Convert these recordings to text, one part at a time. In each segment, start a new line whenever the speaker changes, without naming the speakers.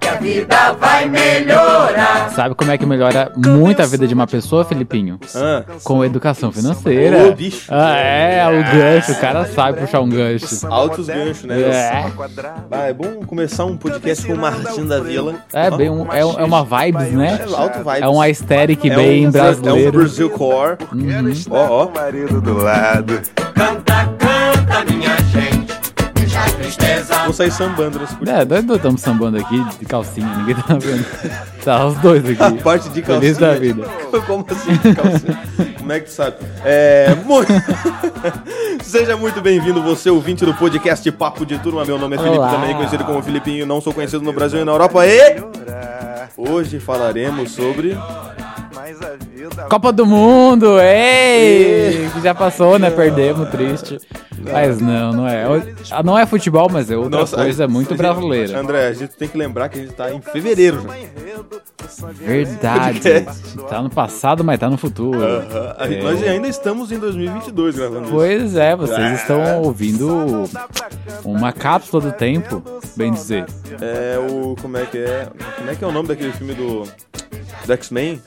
que a vida vai melhorar.
Sabe como é que melhora muito a vida de uma pessoa, Felipinho?
Ah.
Com educação financeira.
Ô, bicho.
Ah, é, o gancho, o cara sabe puxar um gancho.
Altos ganchos, né?
É.
Ah, é bom começar um podcast com o Martim da Vila.
É bem um- é um- é uma vibes, né?
É alto vibes.
É um aesthetic
É um-
bem
é um
brasileiro.
Brasil. Core. Ó,
Uhum.
Ó,
ó.
ó. marido do lado.
Canta, canta, minha gente, deixa a tristeza.
Vou sair sambando nesse podcast.
É, nós dois estamos sambando aqui de calcinha, ninguém tá vendo. Tá os dois
A
aqui.
parte de calcinha.
Feliz da vida.
Como assim de calcinha? Como é que tu sabe? É. Muito... Seja muito bem-vindo, você ouvinte do podcast Papo de Turma. Meu nome é Felipe,
Olá.
também conhecido como Filipinho. Não sou conhecido no Brasil e na Europa. E
Melhorar,
hoje falaremos sobre.
Mas a vida
Copa do Mundo, ei! Que já passou, né? Perdemos, triste. Mas não, não é. Ah, Não é futebol, mas é outra coisa muito brasileira.
André, a gente tem que lembrar que a gente tá em fevereiro. É. né?
Verdade.
Podcast.
Tá no passado, mas tá no futuro.
Aham. A gente-
É.
Nós ainda estamos em 2022 gravando isso.
Pois é, vocês estão ouvindo uma cápsula do tempo, bem dizer.
É o. Como é que é? Como é que é o nome daquele filme do. Do X-Men?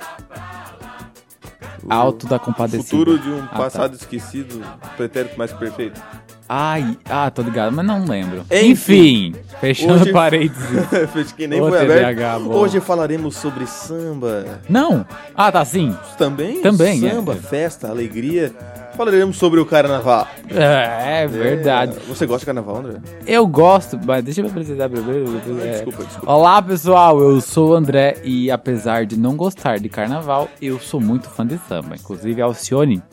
Alto da compadecida.
Futuro de um
Ah, tá.
passado esquecido, pretérito mais perfeito.
Ai, ah, tô ligado, mas não lembro.
Enfim.
Enfim, fechando
Hoje-
parênteses.
Fez que nem
Ô,
foi
TDAH,
aberto.
bom.
Hoje falaremos sobre samba.
Não! Ah, tá sim.
Também?
Também,
Samba,
é.
festa, alegria. Falaremos sobre o carnaval.
É, é verdade.
É, Você gosta de carnaval, André?
Eu gosto, mas deixa eu me apresentar primeiro. é.
Desculpa, desculpa.
Olá, pessoal, eu sou o André e apesar de não gostar de carnaval, eu sou muito fã de samba. Inclusive, Alcione,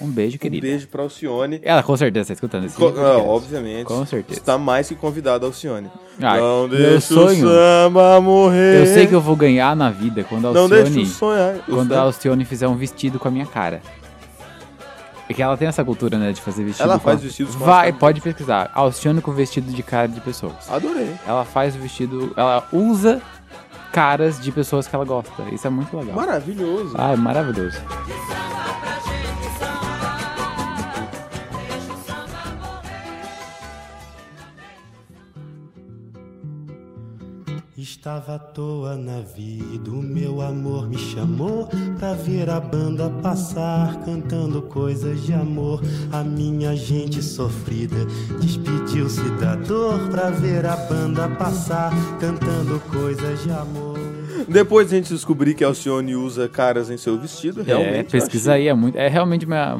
um beijo,
Um
querida.
beijo pra Alcione.
Ela com certeza tá escutando esse
Co- ah,
podcast.
obviamente.
Com certeza.
Está mais que convidado, Alcione.
Ai,
Não
meu
deixa
sonho.
o samba morrer.
Eu sei que eu vou ganhar na vida quando a
Não
Alcione...
deixa o sonhar.
Quando a Alcione fizer um vestido com a minha cara. É que ela tem essa cultura, né, de fazer vestido
Ela
com
faz
a-
vestidos com a
Vai,
cara.
pode pesquisar. Alcione com vestido de cara de pessoas.
Adorei.
Ela faz o vestido... Ela usa caras de pessoas que ela gosta. Isso é muito legal.
Maravilhoso.
Ah, é maravilhoso.
Estava à toa na vida, o meu amor me chamou pra ver a banda passar cantando coisas de amor. A minha gente sofrida despediu-se da dor pra ver a banda passar cantando coisas de amor.
Depois a gente descobrir que a Alcione usa caras em seu vestido, realmente.
é,
eu
pesquisa aí, é, muito, é realmente uma-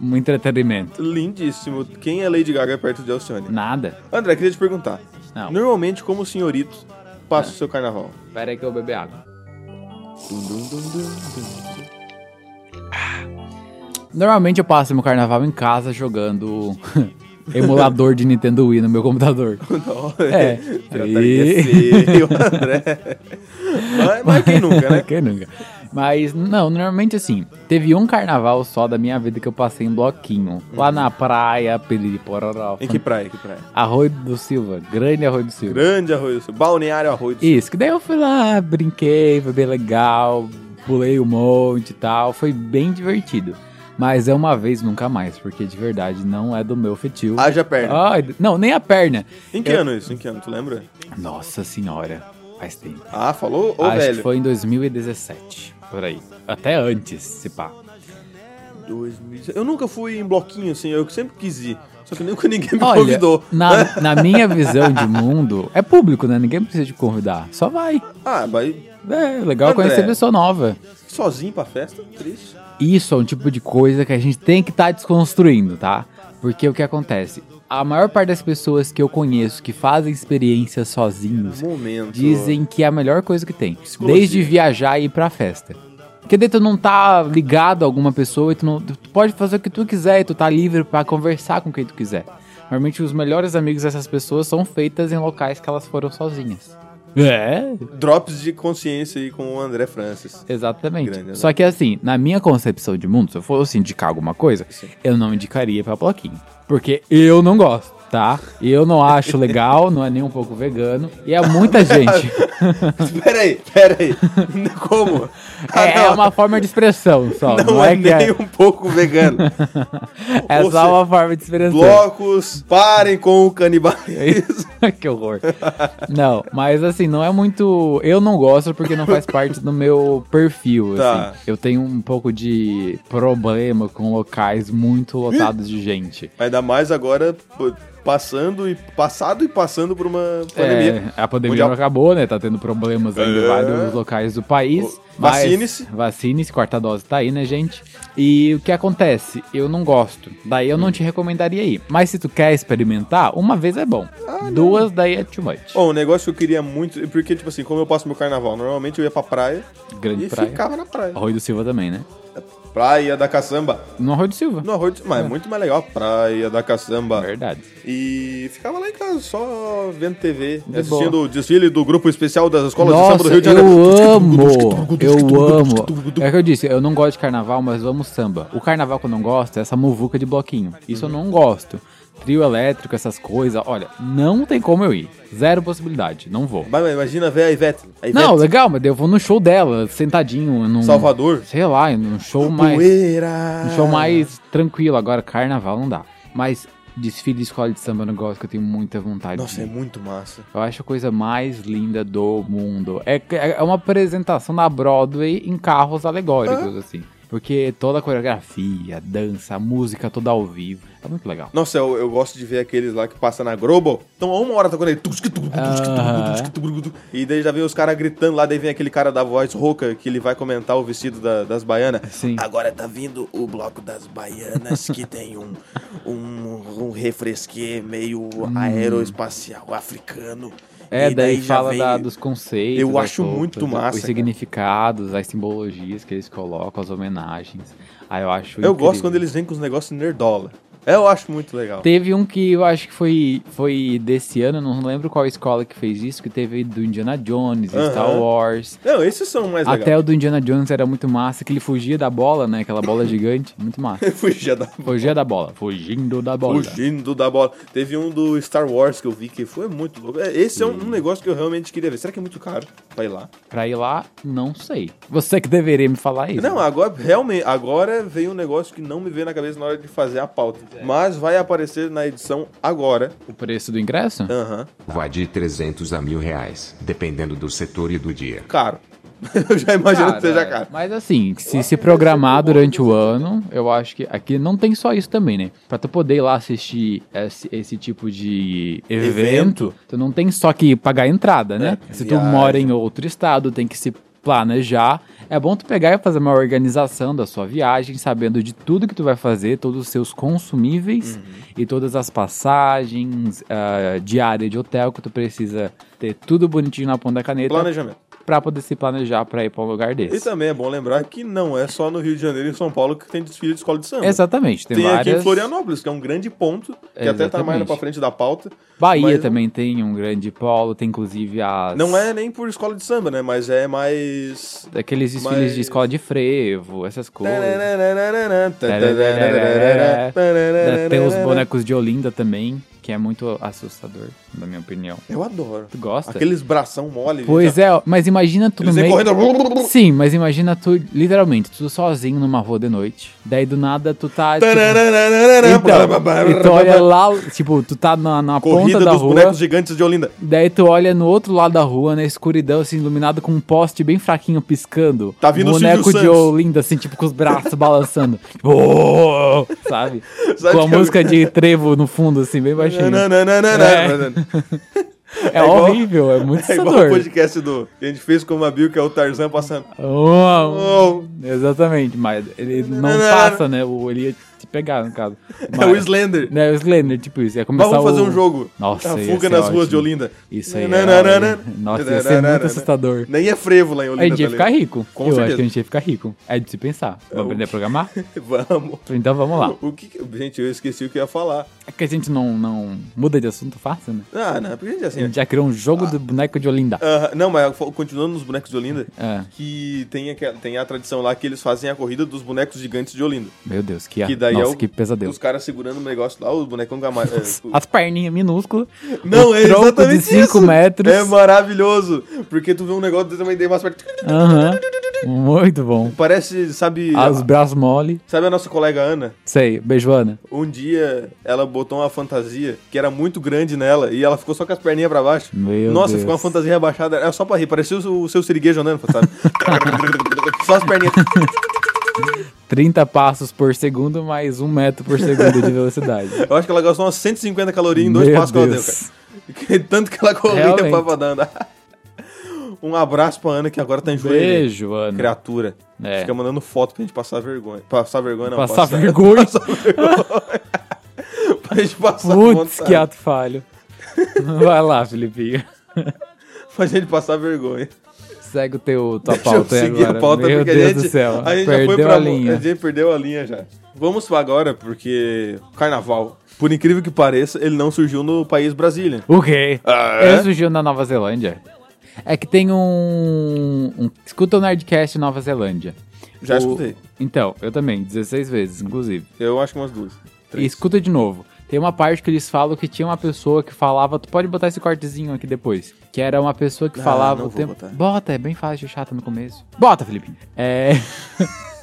um entretenimento.
achei Lindíssimo. Quem é Lady Gaga perto de Alcione?
Nada.
André, queria te perguntar.
Não. É.
Normalmente, como senhorito, passa o seu carnaval?
Pera aí que eu vou beber água. Normalmente eu passo meu carnaval em casa jogando emulador de Nintendo Wii no meu computador.
Não, tá
É.
pirataria feio, é André. Mas, mas quem nunca, né?
Quem nunca? Mas, não, normalmente assim, teve um carnaval só da minha vida que eu passei em bloquinho. Lá na praia, Piriripororó.
Em que praia, que praia?
Arroio do Silva, grande Arroio do Silva.
Grande arroio do Sul. Balneário arroio do Sul.
Isso, que daí eu fui lá, brinquei, foi bem legal, pulei um monte e tal, foi bem divertido. Mas é uma vez, nunca mais, porque de verdade não é do meu fetio.
Haja perna.
Ai, não, nem a perna.
Em que
Ah. eu-
ano isso? Em que ano? Tu lembra?
Nossa senhora, faz tempo.
Ah, falou? Ô,
Acho que
velho.
foi em 2017, por aí. Até antes, se pá.
2000. Eu nunca fui em bloquinho, assim. Eu sempre quis ir. Só que nunca ninguém me
Olha,
convidou.
na, na minha visão de mundo, é público, né? Ninguém precisa te convidar, só vai.
Ah, mas
É legal
André.
conhecer pessoa nova.
sozinho pra festa? Triste.
Isso é um tipo de coisa que a gente tem que estar desconstruindo, tá? Porque o que acontece? A maior parte das pessoas que eu conheço que fazem experiências sozinhos
Momento.
dizem que é a melhor coisa que tem.
Psicologia.
Desde viajar e ir pra festa. Porque daí tu não tá ligado a alguma pessoa, e tu, não, tu pode fazer o que tu quiser e tu tá livre pra conversar com quem tu quiser. Normalmente os melhores amigos dessas pessoas são feitas em locais que elas foram sozinhas. É,
Drops de consciência aí com o André Francis.
Exatamente.
Grande, né?
Só que assim, na minha concepção de mundo, se eu fosse indicar alguma coisa, eu não indicaria pra bloquinho. Porque eu não gosto. tá? Eu não acho legal, não é nem um pouco vegano. E é
Ah,
muita gente.
Peraí, peraí. Como? Ah,
É,
não,
é uma forma de expressão só.
Não,
Não,
é,
é, que
nem
é.
um pouco vegano.
É
Ou
só uma forma de expressão.
Blocos, parem com o
É
canibalismo.
que horror. Não, mas assim, não é muito. Eu não gosto porque não faz parte do meu perfil.
Tá.
Assim. Eu tenho um pouco de problema com locais muito lotados de gente.
Ainda mais agora pô, passando e passado e passando por uma pandemia.
É, a pandemia
Mundial.
não acabou, né? Tá tendo problemas ainda em
É.
vários locais do país.
O-
mas-
vacine-se.
Vacine-se, quarta dose tá aí, né, gente? E o que acontece? Eu não gosto. Daí eu não te recomendaria ir. Mas se tu quer experimentar, uma vez é bom.
Ah,
Duas, daí é too much.
Bom, um negócio que eu queria muito, porque, tipo assim, como eu passo meu carnaval, normalmente eu ia pra praia
Grande
e
praia.
ficava na praia.
Arroio do Silva também, né?
Praia da caçamba.
No Arroio do Silva.
No arroz, de- mas é muito mais legal a praia da caçamba.
Verdade.
E ficava lá em casa, só vendo TV,
De
assistindo
boa.
o desfile do grupo especial das escolas de samba
Nossa,
do Rio de Janeiro.
eu amo! Eu amo! É o que eu disse, eu não gosto de carnaval, mas eu amo samba. O carnaval que eu não gosto é essa muvuca de bloquinho. Isso eu não gosto. Trio elétrico, essas coisas, olha, não tem como eu ir. Zero possibilidade, não vou.
Mas mas imagina ver a Ivete. A Ivete
Não, legal, mas eu vou no show dela, sentadinho, num.
Salvador.
Sei lá, num show mais.
Poeira.
Um show mais tranquilo. Agora, carnaval não dá. Mas desfile de escola de samba eu não gosto, que eu tenho muita vontade de
Nossa,
ir.
é muito massa.
Eu acho a coisa mais linda do mundo. É, é uma apresentação na Broadway em carros alegóricos, assim. Porque toda a coreografia, a dança, a música toda ao vivo. É muito legal.
Nossa, eu, eu gosto de ver aqueles lá que passa na Globo. Então, a uma hora tá com ele. E daí já vem os caras gritando lá. Daí vem aquele cara da voz rouca que ele vai comentar o vestido da- das baianas.
Sim.
Agora tá vindo o bloco das baianas que tem um, um, um refresque meio aeroespacial africano.
Hum. É,
E
daí,
já
fala
vem-
da- dos conceitos.
Eu
das
acho muito
da-
massa,
Os
cara.
significados, as simbologias que eles colocam, as homenagens. Aí eu acho.
Eu
incrível.
gosto quando eles vêm com os negócios nerdola. Eu acho muito legal.
Teve um que eu acho que foi, foi desse ano, não lembro qual escola que fez isso, que teve do Indiana Jones,
Aham.
Star Wars.
Não, esses são mais legais.
Até o do Indiana Jones era muito massa, que ele fugia da bola, né? Aquela bola gigante. Muito massa.
Fugia da
Fugia da bola. Fugindo da bola.
Fugindo da bola. Teve um do Star Wars que eu vi que foi muito louco. É, Esse é um, um negócio que eu realmente queria ver. Será que é muito caro pra ir lá?
Pra ir lá, não sei. Você que deveria me falar isso.
Não, agora realmente agora veio um negócio que não me veio na cabeça na hora de fazer a pauta.
é.
Mas vai aparecer na edição agora.
O preço do ingresso?
Aham.
Vai de 300 a mil reais, dependendo do setor e do dia.
Caro. eu já imagino que seja
Cara,
caro.
Mas assim, se se programar durante o ano, eu acho que aqui não tem só isso também, né? Pra tu poder ir lá assistir esse, esse tipo de evento,
Evento.
tu não tem só que pagar a entrada, né?
É,
se tu
viagem.
mora em outro estado, tem que se planejar. É bom tu pegar e fazer uma organização da sua viagem, sabendo de tudo que tu vai fazer, todos os seus consumíveis
Uhum.
e todas as passagens, ah, diária de hotel que tu precisa ter tudo bonitinho na ponta da caneta
Planejamento.
pra poder se planejar pra ir pra um lugar desse.
E também é bom lembrar que não é só no Rio de Janeiro e em São Paulo que tem desfile de escola de samba.
Exatamente, tem,
Tem
várias.
aqui em Florianópolis, que é um grande ponto, que até tá mais
Exatamente.
pra frente da pauta.
Bahia
mas-
também tem um grande polo, tem inclusive as
Não é nem por escola de samba, né? Mas é mais.
aqueles desfiles
mas-
de escola de frevo, essas coisas. Né, Tem os bonecos de Olinda também, que é muito assustador, na minha opinião.
Eu adoro.
Tu gosta?
Aqueles bração mole.
Pois é, ó, mas imagina tu no
Eles vêm
meio...
correndo.
Sim, mas imagina tu, literalmente, tu sozinho numa rua de noite. Daí do nada tu tá. tipo, Então, e tu olha lá, tipo, tu tá na, na
Corrida
ponta da
dos
rua.
bonecos gigantes de Olinda.
Daí tu olha no outro lado da rua, na escuridão, assim, iluminado com um poste bem fraquinho piscando.
Tá vindo o
um boneco
Silvio
de
Santos.
Olinda, assim, tipo, com os braços balançando. Tipo, "Oh", sabe?
Sabe
Com a
que é eu-
música de trevo no fundo, assim, bem baixinho. É,
igual-
horrível, é muito
É igual o
assustador.
podcast do, que a gente fez com uma Bill, que é o Tarzan passando.
Oh,
Oh,
Exatamente, mas ele não
não, não.
passa, né? O- Ele ia te pegar, no caso.
é o
Mas-
Slender.
Né, o Slender, tipo isso. Ia começar
Vamos fazer
o-
um jogo.
Nossa,
A
ia ser
fuga nas ruas
ótimo.
de Olinda.
Isso aí.
Nananana.
é- Nossa, ia ser muito
Nananana.
assustador.
Nem é frevo lá em Olinda.
A gente ia
tá
ficar
ligado?
rico.
Com
eu acho
certeza.
que a gente ia ficar rico. É de se pensar. Vamos aprender a programar?
Vamos.
Então vamos lá.
O que que- Gente, eu esqueci o que eu ia falar.
É que a gente não, não muda de assunto fácil, né?
Ah, não, porque gente
A
assim.
gente já criou um jogo do boneco de Olinda.
Aham, não, mas fo- continuando nos bonecos de Olinda,
É.
que tem, aquela- tem a tradição lá que eles fazem a corrida dos bonecos gigantes de Olinda.
Meu Deus, que,
Que daí
Nossa,
é o-
que pesadelo.
Os caras segurando o negócio lá, o bonecão gama- é,
As perninhas minúsculas.
o- Não,
o
é
tronco
exatamente
de 5
isso.
metros.
É maravilhoso. Porque tu vê um negócio desse tamanho daí mais perto.
Aham. Muito bom.
Parece, sabe.
As braços mole.
Sabe a nossa colega Ana?
Sei, beijo, Ana.
Um dia ela botou uma fantasia que era muito grande nela e ela ficou só com as perninhas pra baixo.
Meu
Nossa,
Deus.
ficou uma fantasia rebaixada. Era só pra rir, parecia o, o seu siriguejo andando, sabe? só as perninhas.
30 passos por segundo, mais 1 metro por segundo de velocidade.
Eu acho que ela gastou umas 150 calorias em dois
Meu
passos que ela deu, cara.
Deus.
Que Tanto que ela corria
Realmente.
pra, pra dar andar. Um abraço pra Ana que agora tá em joelho.
Beijo, Ana.
Criatura.
É.
Fica mandando foto pra gente passar vergonha. Passar vergonha não.
Passar vergonha.
Passar vergonha. pra gente passar
Putz,
vontade.
que ato falho. Vai lá, Felipinho.
Pra gente passar vergonha.
Segue o teu, tua
Deixa eu
pauta aí
seguir
agora.
a pauta
Meu
porque
Deus
a gente,
do céu.
a gente já
Perdeu
foi pra
a
mo-
linha.
A gente perdeu a linha já. Vamos falar agora porque carnaval, por incrível que pareça, ele não surgiu no país Brasília.
O quê?
Ah,
Ele
é?
surgiu na Nova Zelândia. É que tem um. um- escuta o Nerdcast Nova Zelândia.
Já
O-
escutei.
Então, eu também, 16 vezes, inclusive.
Eu acho que umas duas.
E escuta de novo. Tem uma parte que eles falam que tinha uma pessoa que falava. Tu pode botar esse cortezinho aqui depois. Que era uma pessoa que
Ah,
falava
não
o
vou
tempo.
botar.
Bota, é bem fácil, chata no começo. Bota, Felipe. É.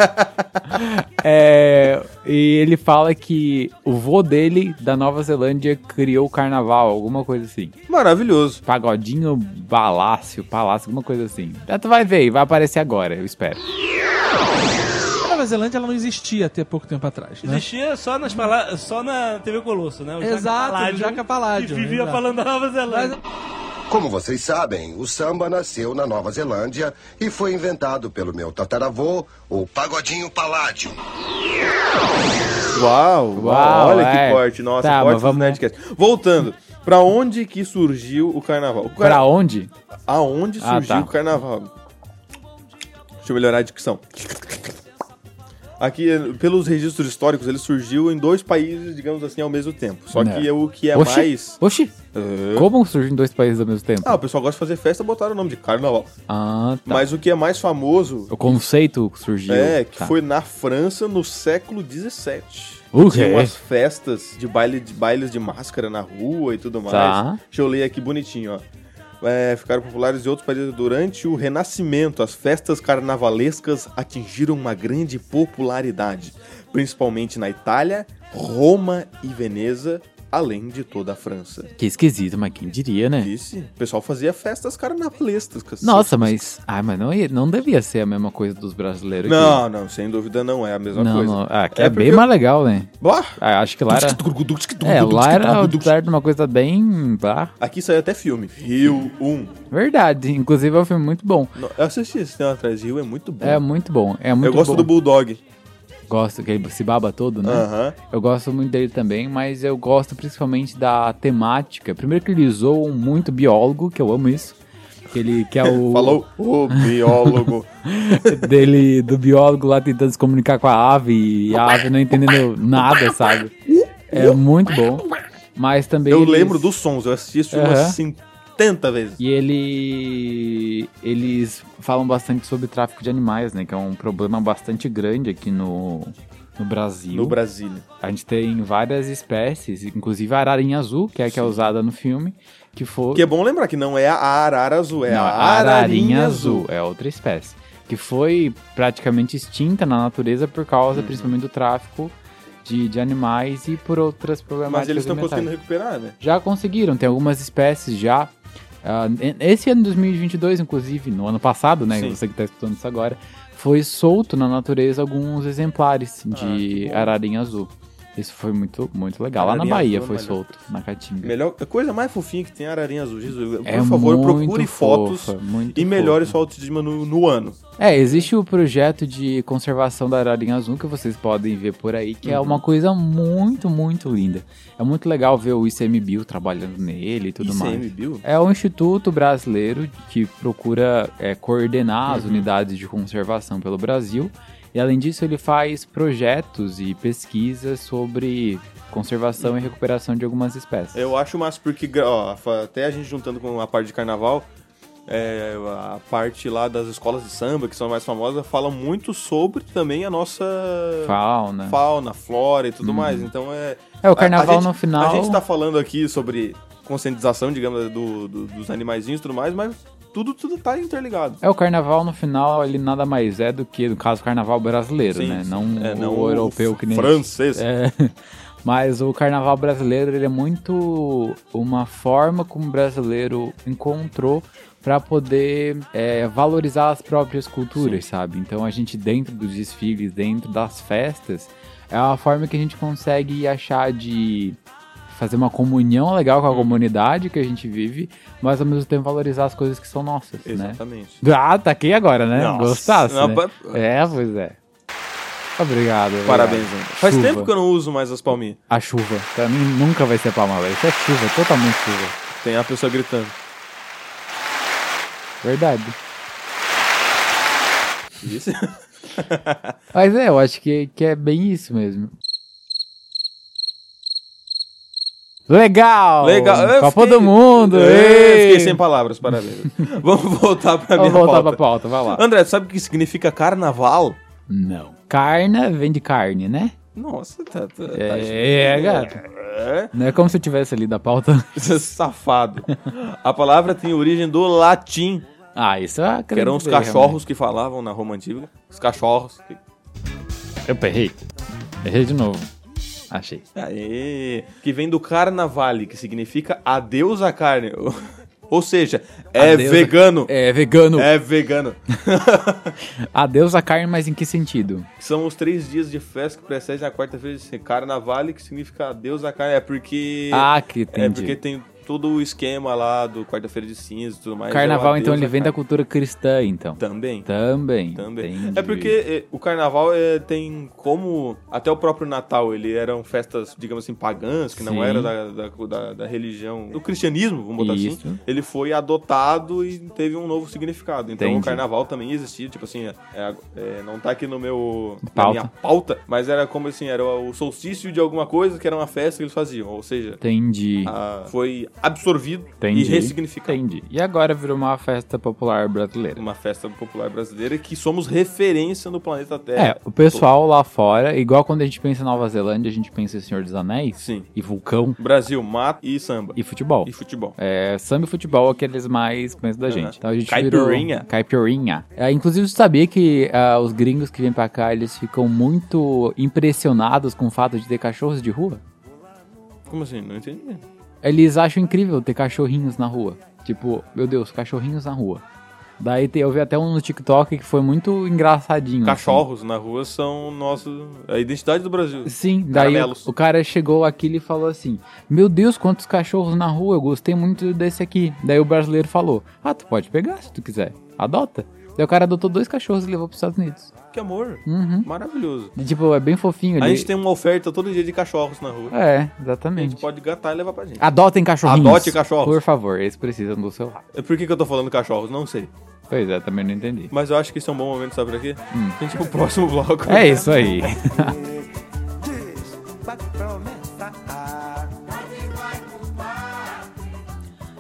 É, E ele fala que o vô dele da Nova Zelândia criou o carnaval, alguma coisa assim.
Maravilhoso.
Pagodinho, Palácio, Palácio, alguma coisa assim. Já tu vai ver aí, vai aparecer agora, eu espero.
A Nova Zelândia ela não existia até pouco tempo atrás, né?
Existia só, nas pala- só na TV Colosso, né? O Jaca
Exato,
Palladio,
o Jaca Palladio,
Que vivia
exato.
falando da Nova Zelândia.
Como vocês sabem, o samba nasceu na Nova Zelândia e foi inventado pelo meu tataravô, o Pagodinho Paládio.
Uau,
Uau,
olha
é.
que corte, nossa,
Tá,
corte
mas
do
vamos-
Nerdcast. Voltando, pra onde que surgiu o carnaval? O
Pra
cara-
onde?
Aonde
Ah,
surgiu
tá.
o carnaval? Deixa eu melhorar a dicção. Aqui, pelos registros históricos, ele surgiu em dois países, digamos assim, ao mesmo tempo. Só
Né.
que o que é
Oxi,
mais.
Oxi,
Hã?
como surgem dois países ao mesmo tempo?
Ah, o pessoal gosta de fazer festa, botaram o nome de carnaval.
Ah, tá.
Mas o que é mais famoso
O conceito surgiu.
é que
Tá.
foi na França no século XVII.
O quê?
Tinham as festas de, baile, de bailes de máscara na rua e tudo mais.
Tá.
Deixa eu ler aqui bonitinho, ó. É, ficaram populares em outros países durante o Renascimento. As festas carnavalescas atingiram uma grande popularidade, principalmente na Itália, Roma e Veneza, além de toda a França.
Que esquisito, mas quem diria, né?
Disse, o pessoal fazia festas carnavalescas.
Nossa, mas. Ah, mas não, ia- não devia ser a mesma coisa dos brasileiros. aqui.
Não, não, sem dúvida não é a mesma
não,
coisa.
não. Ah, aqui é,
É
bem
porque-
mais legal, né?
Bah!
Ah, acho que lá era. É, lá era apesar de uma coisa bem. Tá.
Aqui saiu até filme. Rio 1.
Verdade. Inclusive é um filme muito bom.
No- Eu assisti esse tema atrás. Rio é muito bom.
É muito bom. É muito
eu gosto
bom.
do Bulldog.
Gosto que ele se baba todo, né?
Aham.
Eu gosto muito dele também, mas eu gosto principalmente da temática. Primeiro que ele usou um muito biólogo, que eu amo isso. Que ele que é o
Falou o biólogo.
dele do biólogo lá tentando se comunicar com a ave e a ave não entendendo nada, sabe? É muito bom. Mas também
eu
eles-
lembro dos sons. Eu assisti esse filme
Aham.
umas 50 vezes.
e ele eles falam bastante sobre tráfico de animais, né, que é um problema bastante grande aqui no no Brasil.
No Brasil.
A gente tem várias espécies, inclusive a ararinha azul, que é a que é usada no filme, que foi
Que é bom lembrar que não é a arara azul, é
Não,
a ararinha, azul.
é outra espécie. Que foi praticamente extinta na natureza por causa
Uhum.
principalmente do tráfico de, de animais e por outras problemáticas.
Mas eles estão
ambientais.
conseguindo recuperar, né?
Já conseguiram, tem algumas espécies já. Ah, en- esse ano de 2022, inclusive, no ano passado, né?
Sim.
Você que está escutando isso agora, foi solto na natureza alguns exemplares
Ah, que
de
bom.
ararinha azul. Isso foi muito, muito legal. Lá na
Ararinha
Bahia
azul é
foi
melhor.
solto, na Caatinga.
Melhor, a coisa mais fofinha que tem é a ararinha azul. Jesus, por
É
favor,
muito
procure
fofa,
fotos
muito
e melhore
fofa.
sua autoestima no, no ano.
É, existe o projeto de conservação da ararinha azul que vocês podem ver por aí, que
Uhum.
é uma coisa muito, muito linda. É muito legal ver o ICMBio trabalhando nele e tudo mais.
ICMBio?
É um instituto brasileiro que procura é, coordenar as unidades de conservação pelo Brasil. E além disso, ele faz projetos e pesquisas sobre conservação e recuperação de algumas espécies.
Eu acho massa porque, gra- ó, fa- até a gente juntando com a parte de carnaval, é, a parte lá das escolas de samba, que são mais famosas, fala muito sobre também a nossa
Fauna.
fauna, flora e tudo mais. Então é.
Uhum. É, o
a- a
carnaval
gente-
no final-
A gente tá falando aqui sobre conscientização, digamos, do, do- dos animaizinhos e tudo mais, mas tudo, tudo tá interligado.
É, o carnaval no final, ele nada mais é do que, no caso, o carnaval brasileiro,
Sim,
né?
sim.
Não,
É,
o
não o
europeu que nem.
francês.
É. Mas o carnaval brasileiro, ele é muito uma forma como o brasileiro encontrou para poder é, valorizar as próprias culturas, sabe? Então a gente, dentro dos desfiles, dentro das festas, é uma forma que a gente consegue achar de fazer uma comunhão legal
Uhum.
com a comunidade que a gente vive, mas ao mesmo tempo valorizar as coisas que são nossas, né?
Exatamente.
Ah, tá aqui agora, né?
Nossa.
Gostasse,
Ah,
né?
pa-
É, pois é. Obrigado. obrigado.
Parabéns, Ana. Faz
Chuva.
tempo que eu não uso mais as palminhas.
A chuva. Pra mim nunca vai ser palma, velho. Isso é chuva, totalmente chuva.
Tem a pessoa gritando.
Verdade.
Isso.
Mas é, eu acho que, que é bem isso mesmo. Legal!
Legal. Eu
Copa
fiquei-
do Mundo!
Eu
ei!
fiquei sem palavras, parabéns. Vamos voltar pra minha
Vamos voltar
pauta.
pra pauta, vai lá.
André, tu sabe o que significa carnaval?
Não. Carna vem de carne, né?
Nossa, tá. tá- tá-
É, é, gato.
É.
Não é como se eu tivesse ali da pauta.
Safado. A palavra tem origem do latim,
Ah, isso é
que eram os cachorros que falavam na Roma Antiga. Os cachorros. que-
Eu errei. Errei de novo. Achei.
Aê, que vem do carnavale, que significa adeus à carne. Ou seja, é
Adeus à-
vegano.
É, vegano.
É vegano.
Adeus à carne, mas em que sentido?
São os três dias de festa que precedem a quarta-feira de ser carnavale, que significa adeus à carne. É porque.
Ah, que entendi.
É porque tem todo o esquema lá do quarta-feira de cinza e tudo mais. é
Carnaval, então, ele vem da
cultura.
cultura cristã, então.
Também.
Também.
Também.
entendi.
É porque eh, o carnaval eh, tem como. Até o próprio Natal, ele eram festas, digamos assim, pagãs, que
Sim.
não era da, da, da- da religião. Do cristianismo, vamos botar
Isso.
assim. Ele foi adotado e teve um novo significado. Então
Entendi.
o carnaval também existia, tipo assim, é- é, não tá aqui no meu.
Pauta.
Na minha pauta, mas era como assim, era o solstício de alguma coisa que era uma festa que eles faziam. Ou seja.
Entendi.
a- foi absorvido
Entendi.
e ressignificado.
Entendi. E agora virou uma festa popular brasileira.
Uma festa popular brasileira que somos referência no planeta Terra.
É, o pessoal lá fora, igual quando a gente pensa em Nova Zelândia, a gente pensa em Senhor dos Anéis.
Sim.
E vulcão.
Brasil, mato e samba.
E futebol.
E futebol.
É, samba e futebol aqueles mais conhecidos da
Aham.
gente. Então a gente
Caipirinha.
virou... Caipirinha. É, inclusive, você sabia que ah, os gringos que vêm pra cá, eles ficam muito impressionados com o fato de ter cachorros de rua?
Como assim? Não entendi.
Eles acham incrível ter cachorrinhos na rua. Tipo, meu Deus, cachorrinhos na rua. Daí tem- eu vi até um no TikTok que foi muito engraçadinho. assim.
Cachorros na rua são nosso... é a identidade do Brasil.
Sim, daí o,
Caramelos.
o cara chegou aqui e falou assim: Meu Deus, quantos cachorros na rua, eu gostei muito desse aqui. Daí o brasileiro falou: Ah, tu pode pegar se tu quiser, adota. Daí o cara adotou dois cachorros e levou pros Estados Unidos.
Que amor.
Uhum.
Maravilhoso.
E, tipo, é bem fofinho.
A
ele-
gente tem uma oferta todo dia de cachorros na rua.
É,
A gente
exatamente.
pode gatar e levar pra gente.
Adotem cachorrinhos.
Adote cachorros.
Por favor, eles precisam do seu lado.
É, Por que, que eu tô falando cachorros? Não sei.
Pois é, também não entendi.
Mas eu acho que esse é um bom momento, sabe pra quê? A gente vai pro próximo bloco.
Hum. É isso aí.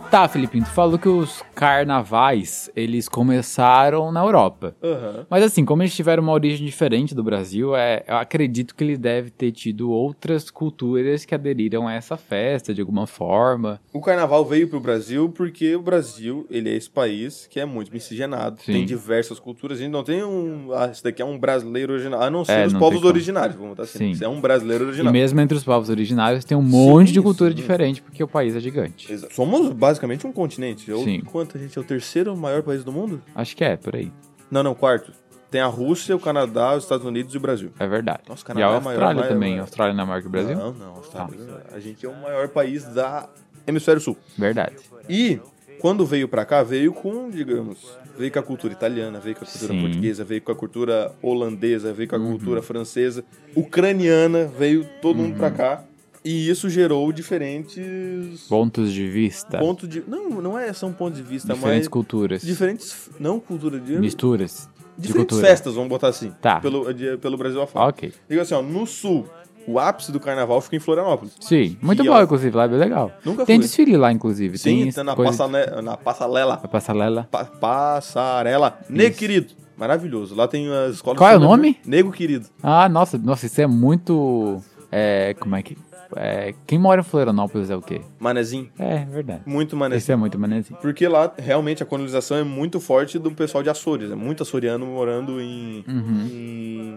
Tá, Felipinho, tu falou que os carnavais, eles começaram na Europa.
Aham.
Mas assim, como eles tiveram uma origem diferente do Brasil, é, eu acredito que ele deve ter tido outras culturas que aderiram a essa festa de alguma forma.
O carnaval veio pro Brasil porque o Brasil, ele é esse país que é muito miscigenado,
Sim.
tem diversas culturas, a gente não tem um, ah, esse daqui é um brasileiro original, a não ser
É,
os
não
povos
tem como.
originários, vamos botar assim,
Sim.
isso é um brasileiro
E
original.
mesmo entre os povos originários tem um monte de cultura
sim.
diferente, porque o país é gigante.
Exa- Somos basicamente um continente, Eu-
Sim.
quanto a gente é o terceiro maior país do mundo?
Acho que é, por aí.
Não, não, quarto. Tem a Rússia, o Canadá, os Estados Unidos e o Brasil.
É verdade.
Nossa, o
e
Canadá
a
é o
Austrália
maior, né?
também. A Austrália não é maior que o Brasil? Ah.
Não, não, os Estados Unidos- a gente é o maior país da hemisfério sul.
Verdade.
E quando veio pra cá, veio com, digamos, veio com a cultura italiana, veio com a cultura
Sim. Uhum.
portuguesa, veio com a cultura holandesa, veio com a cultura francesa, ucraniana, veio todo mundo
Uhum.
pra cá. E isso gerou diferentes
Pontos de vista.
pontos de. Não, não é são pontos de vista,
tá. diferentes
mas.
culturas.
Diferentes. Não cultura de.
misturas. de
diferentes
cultura.
festas, vamos botar assim.
Tá.
Pelo, de- pelo Brasil afora.
Ok.
Digo assim, ó, no sul o ápice do carnaval fica em Florianópolis.
Sim, muito
E,
bom,
ó,
inclusive, lá é bem legal.
Nunca
tem
fui.
desfile lá, inclusive.
Sim,
tem
tá na,
coisa-
passane- na passarela.
a passarela.
Pa- passarela. Nego Querido. Maravilhoso. Lá tem as escolas.
Qual é o
chamadas-
nome?
Nego Querido.
Ah, nossa, nossa, isso é muito. É, como é que. é, quem mora em Florianópolis é o quê?
Manezinho.
É, verdade.
Muito
Isso
manezinho.
é muito manezinho.
Porque lá, realmente, a colonização é muito forte do pessoal de Açores. É muito açoriano morando em, em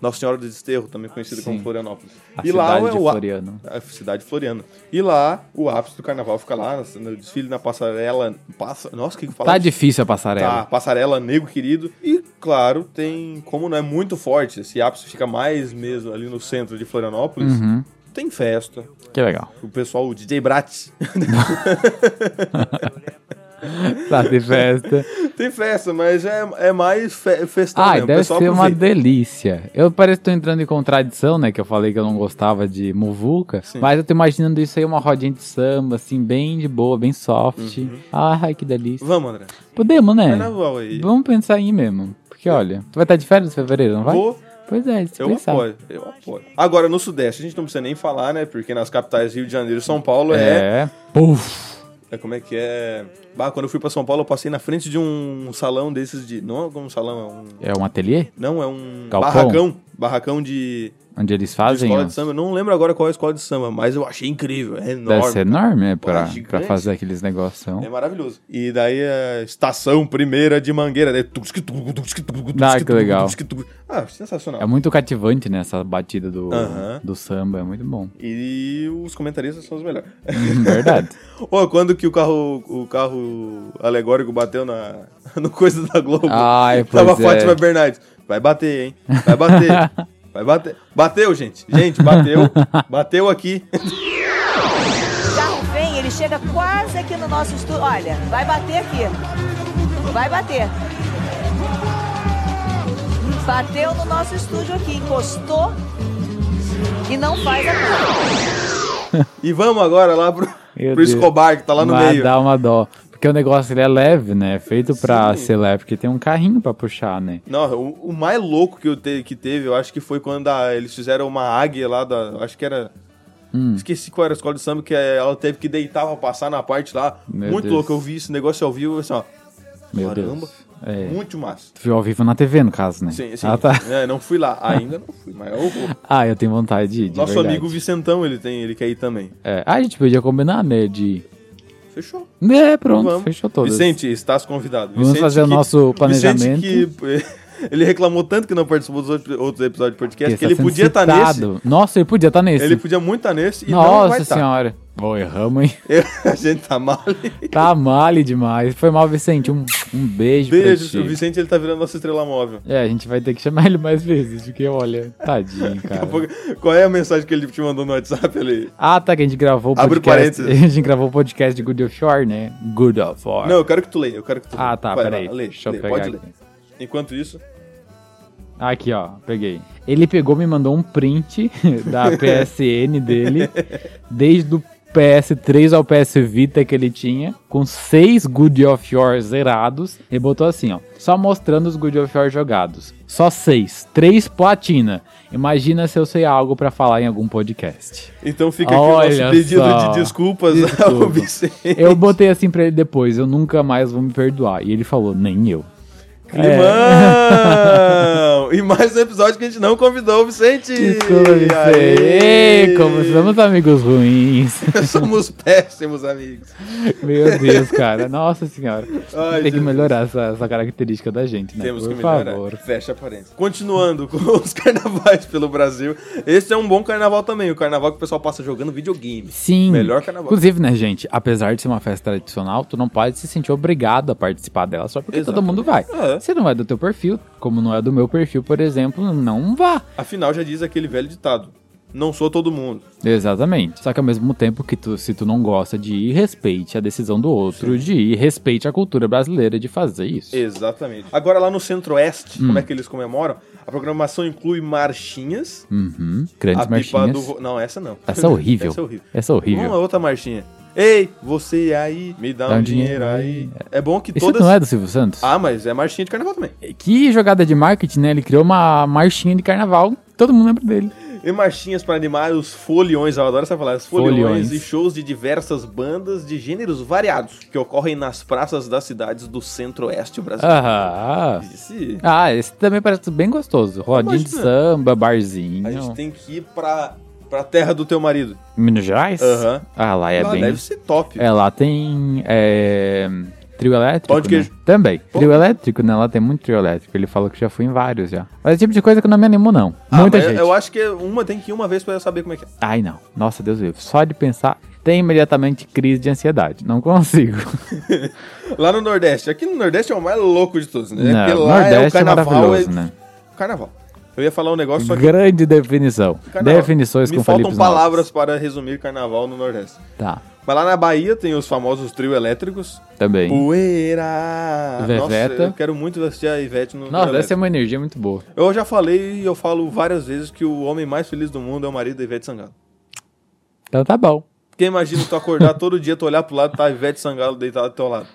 Nossa Senhora do Desterro, também conhecido como
Uhum. Sim.
Florianópolis.
A
e lá
cidade
é
de
o a-
Floriano.
a cidade floriana. E lá, o ápice do carnaval fica lá, no desfile, na passarela. Passa... Nossa, o que que fala? assim.
Tá difícil a passarela.
Tá, passarela nego querido. E claro, tem. Como não é muito forte, esse ápice fica mais mesmo ali no centro de Florianópolis.
Uhum,
Tem festa.
que legal.
O pessoal, o DJ Bratz.
Tá de festa.
tem festa, mas já é, é mais fe festão
Ai,
mesmo. O
Ah, deve
pessoal
ser uma
aproveita.
delícia. Eu parece que tô entrando em contradição, né? Que eu falei que eu não gostava de muvuca. Mas eu tô imaginando isso aí, uma rodinha de samba, assim, bem de boa, bem soft.
Uhum.
Ai, que delícia.
Vamos, André.
Podemos, né?
Carnaval aí.
Vamos pensar aí mesmo. Porque, olha, tu vai estar de férias em fevereiro, não vai?
Vou,
Pois é, se
eu
pensar.
apoio, eu apoio. Agora, no Sudeste, a gente não precisa nem falar, né? Porque nas capitais Rio de Janeiro e São Paulo é.
É. Puf.
é como é que é? Bah, quando eu fui pra São Paulo, eu passei na frente de um salão desses de. Não é um salão, é um.
É um ateliê
Não, é um
Galpão?
barracão. Barracão de,
onde eles
de
fazem.
escola
ó.
de samba. Eu não lembro agora qual é a escola de samba, mas eu achei incrível. É enorme.
Deve ser enorme, né? Pra,
gigante.
pra fazer aqueles negócios.
É maravilhoso. E daí a estação primeira de Mangueira. Daí... tuc, tuc, tuc, tuc, tuc, tuc,
Ah,
tuc,
que legal.
tuc, tuc. Ah, sensacional.
É muito cativante, né? Essa batida do,
Aham.
do samba. É muito bom.
E os comentaristas são os melhores.
Verdade.
Ô, quando que o carro, o carro alegórico bateu na no coisa da Globo?
Ai, pois
Tava
é.
Fátima Bernardes. Vai bater, hein? Vai bater. Vai bater. Bateu, gente. Gente, bateu. Bateu aqui.
O carro vem, ele chega quase aqui no nosso estúdio. Olha, vai bater aqui. Vai bater. Bateu no nosso estúdio aqui, encostou e não faz a curva.
E vamos agora lá pro,
Meu
pro
Deus.
Escobar, que tá lá no
Mas
meio.
dá uma dó. Porque o negócio ele é leve, né? É feito pra ser leve, porque tem um carrinho pra puxar, né?
Não, o, o mais louco que, eu te- que teve, eu acho que foi quando a- eles fizeram uma águia lá da. eu Acho que era.
Hum.
Esqueci qual era a escola de samba, que é, ela teve que deitar pra passar na parte lá.
Meu
Muito
Deus.
louco, eu vi esse negócio ao vivo, assim, ó.
Meu
Caramba.
Deus. É.
Muito massa.
Tu viu ao vivo na TV, no caso, né?
Sim, sim.
Ah, tá.
É, não fui lá, ainda não fui, mas eu vou.
Ah, eu tenho vontade de ir, de
Nosso
verdade.
amigo Vicentão, ele tem, ele quer ir também.
É. Ah, a gente podia combinar, né? De.
Fechou.
É, pronto,
Vamos.
fechou todas.
Vicente, estás convidado.
Vamos
Vicente
fazer o nosso planejamento.
Vicente que, ele reclamou tanto que não participou dos outros outros episódios de podcast
Porque
que ele
está tá sendo
podia estar nesse.
citado. Nossa, ele podia estar nesse.
Ele podia muito estar nesse e não vai tá.
Nossa
estar.
senhora. Bom, erramos, hein?
A gente tá mal.
Tá male demais. Foi mal, Vicente. Um, um beijo,
Beijo,
pra
o
ti.
Vicente ele tá virando nossa estrela móvel.
É, a gente vai ter que chamar ele mais vezes, porque olha, tadinho, cara.
Qual é a mensagem que ele te mandou no WhatsApp ali?
Ah, tá, que a gente gravou o
Abre
podcast. A
parênteses.
gente gravou o podcast de Good of Shore, né? Good of War.
Não, eu quero que tu leia, eu quero que tu
Ah, tá,
Vai lá,
peraí.
lê,
Deixa eu
lê,
pegar
pode ler.
aqui.
Enquanto isso,
Aqui, ó, peguei. Ele pegou, me mandou um print da PSN dele, desde o PS3 ao PS Vita que ele tinha, com seis Good of War zerados, e botou assim, ó, só mostrando os Good of War jogados. Só seis, três platina. Imagina se eu sei algo pra falar em algum podcast.
então fica aqui o
Olha
nosso pedido
só.
de desculpas ao
Desculpa.
Vicente.
Eu botei assim pra ele depois, eu nunca mais vou me perdoar. E ele falou, nem eu. É.
Climão! e mais um episódio que a gente não convidou o Vicente!
Desculpa, Vicente. é? Ei,
Aê!
como somos amigos ruins.
Somos péssimos amigos.
Meu Deus, cara. Nossa senhora.
Ai,
Tem que
Jesus.
melhorar essa, essa característica da gente, né?
Temos
Por
que melhorar.
favor.
Fecha a parênteses. Continuando com os carnavais pelo Brasil. Esse é um bom carnaval também. O carnaval que o pessoal passa jogando videogame.
Sim.
Melhor carnaval.
Inclusive, né, gente? Apesar de ser uma festa tradicional, tu não pode se sentir obrigado a participar dela só porque todo
Exatamente.
mundo vai.
É.
Se não é do teu perfil, como não é do meu perfil, por exemplo, não vá.
Afinal, já diz aquele velho ditado. Não sou todo mundo.
Exatamente. Só que ao mesmo tempo que tu, se tu não gosta de ir, respeite a decisão do outro de ir, respeite a cultura brasileira de fazer isso.
Exatamente. Agora lá no Centro-Oeste,
Hum.
como é que eles comemoram? A programação inclui marchinhas.
Uhum. Grandes
a pipa
marchinhas.
do... vo- Não, essa não.
Essa é horrível.
essa é horrível.
Essa é horrível.
Uma outra marchinha. Ei, você aí, me dá, um, dinheiro, aí. É bom que
Isso
todas...
não é do Silvio Santos?
Ah, mas é marchinha de carnaval também.
Que jogada de marketing, né? Ele criou uma marchinha de carnaval, todo mundo lembra dele.
E marchinhas para animar os foliões, eu adoro essa palavra, os foliões,
Foliões.
e shows de diversas bandas de gêneros variados que ocorrem nas praças das cidades do centro-oeste brasileiro.
Aham.
Esse-
Ah, esse também parece bem gostoso. Rodinha de
Imagina.
samba,
A gente
barzinho.
tem que ir pra, pra terra do teu marido.
Minas Gerais?
Aham.
Ah, lá é
Lá
bem.
deve ser top.
É, lá tem. é, Trio elétrico.
Pão de
né?
queijo.
Também. Trio elétrico, né? Lá tem muito trio elétrico. Ele falou que já foi em vários já. Mas é o tipo de coisa que não me animou, não.
Ah,
Muita
mas
gente.
Eu acho que uma tem que ir uma vez pra eu saber como é que é.
Ai, não. Nossa, Deus do céu. Só de pensar, tem imediatamente crise de ansiedade. Não consigo.
Lá no Nordeste. Aqui no Nordeste é o mais louco de todos, né?
não,
Porque
o
lá é o
Nordeste é,
carnaval.
maravilhoso, né?
Carnaval. Eu ia falar um negócio, só que.
Grande definição.
Carnaval.
Definições
Me
com
faltam
Felipe Nobre.
palavras para resumir carnaval no Nordeste.
Tá,
Mas lá na Bahia tem os famosos trio elétricos.
também.
Poeira! Nossa,
Veveta.
eu quero muito assistir a Ivete no
Nossa, deve
trio
ser
elétrico.
uma energia muito boa.
Eu já falei e eu falo várias vezes que o homem mais feliz do mundo é o marido da Ivete Sangalo.
Então tá bom.
Porque imagina tu acordar todo dia, tu olhar pro lado, tá a Ivete Sangalo deitada do teu lado.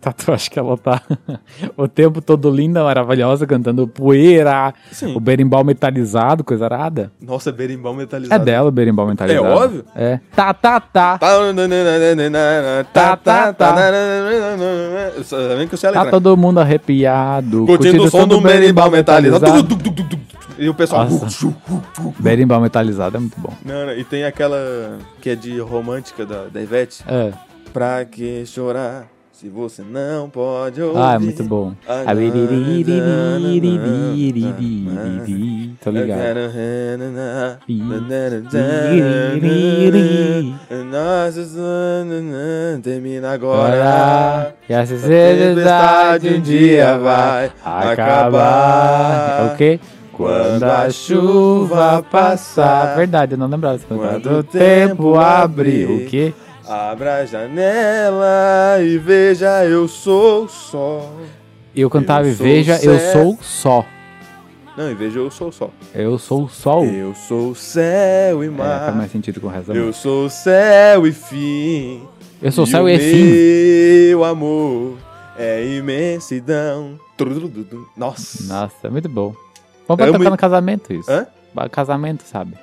Tá, tu acha que ela tá o tempo todo linda, maravilhosa, cantando poeira,
Sim.
o berimbau metalizado, coisa arada.
Nossa, berimbau metalizado.
É dela o berimbau metalizado.
É óbvio.
É. Tá, tá, tá. Tá,
Tá, tá, tá. Tá vendo que eu sei letrar.
todo mundo arrepiado.
Curtindo o som do berimbau metalizado. Tá
metalizado.
E o pessoal...
Nossa. Berimbau metalizado é muito bom.
Não, não, e tem aquela que é de romântica da, da Ivete.
É.
Pra que chorar se você não pode ouvir?
Ah, é muito bom.
Ah,
Tô ligado.
Nossa, termina agora.
E a sociedade um dia vai acabar. É o quê? Quando a chuva passar. Verdade, eu não lembrava. dessa música.
Quando o tempo
tempo abrir. O
abrir.
quê?
Abra a janela e veja, eu sou só.
Eu cantava
Eu
e
sou
veja, eu
certo.
sou só.
Não, e veja, eu sou só.
Eu sou só o. É,
Eu sou céu e
faz
mar.
É, tá mais sentido com o resto da música.
Eu sou céu e fim.
Eu sou
E
céu
o
e fim.
Meu amor é imensidão. Trudududum. Nossa.
Nossa, é muito bom. Vamos pra
Amo
tocar
e-
no casamento isso.
Hã?
Ba- Casamento, sabe?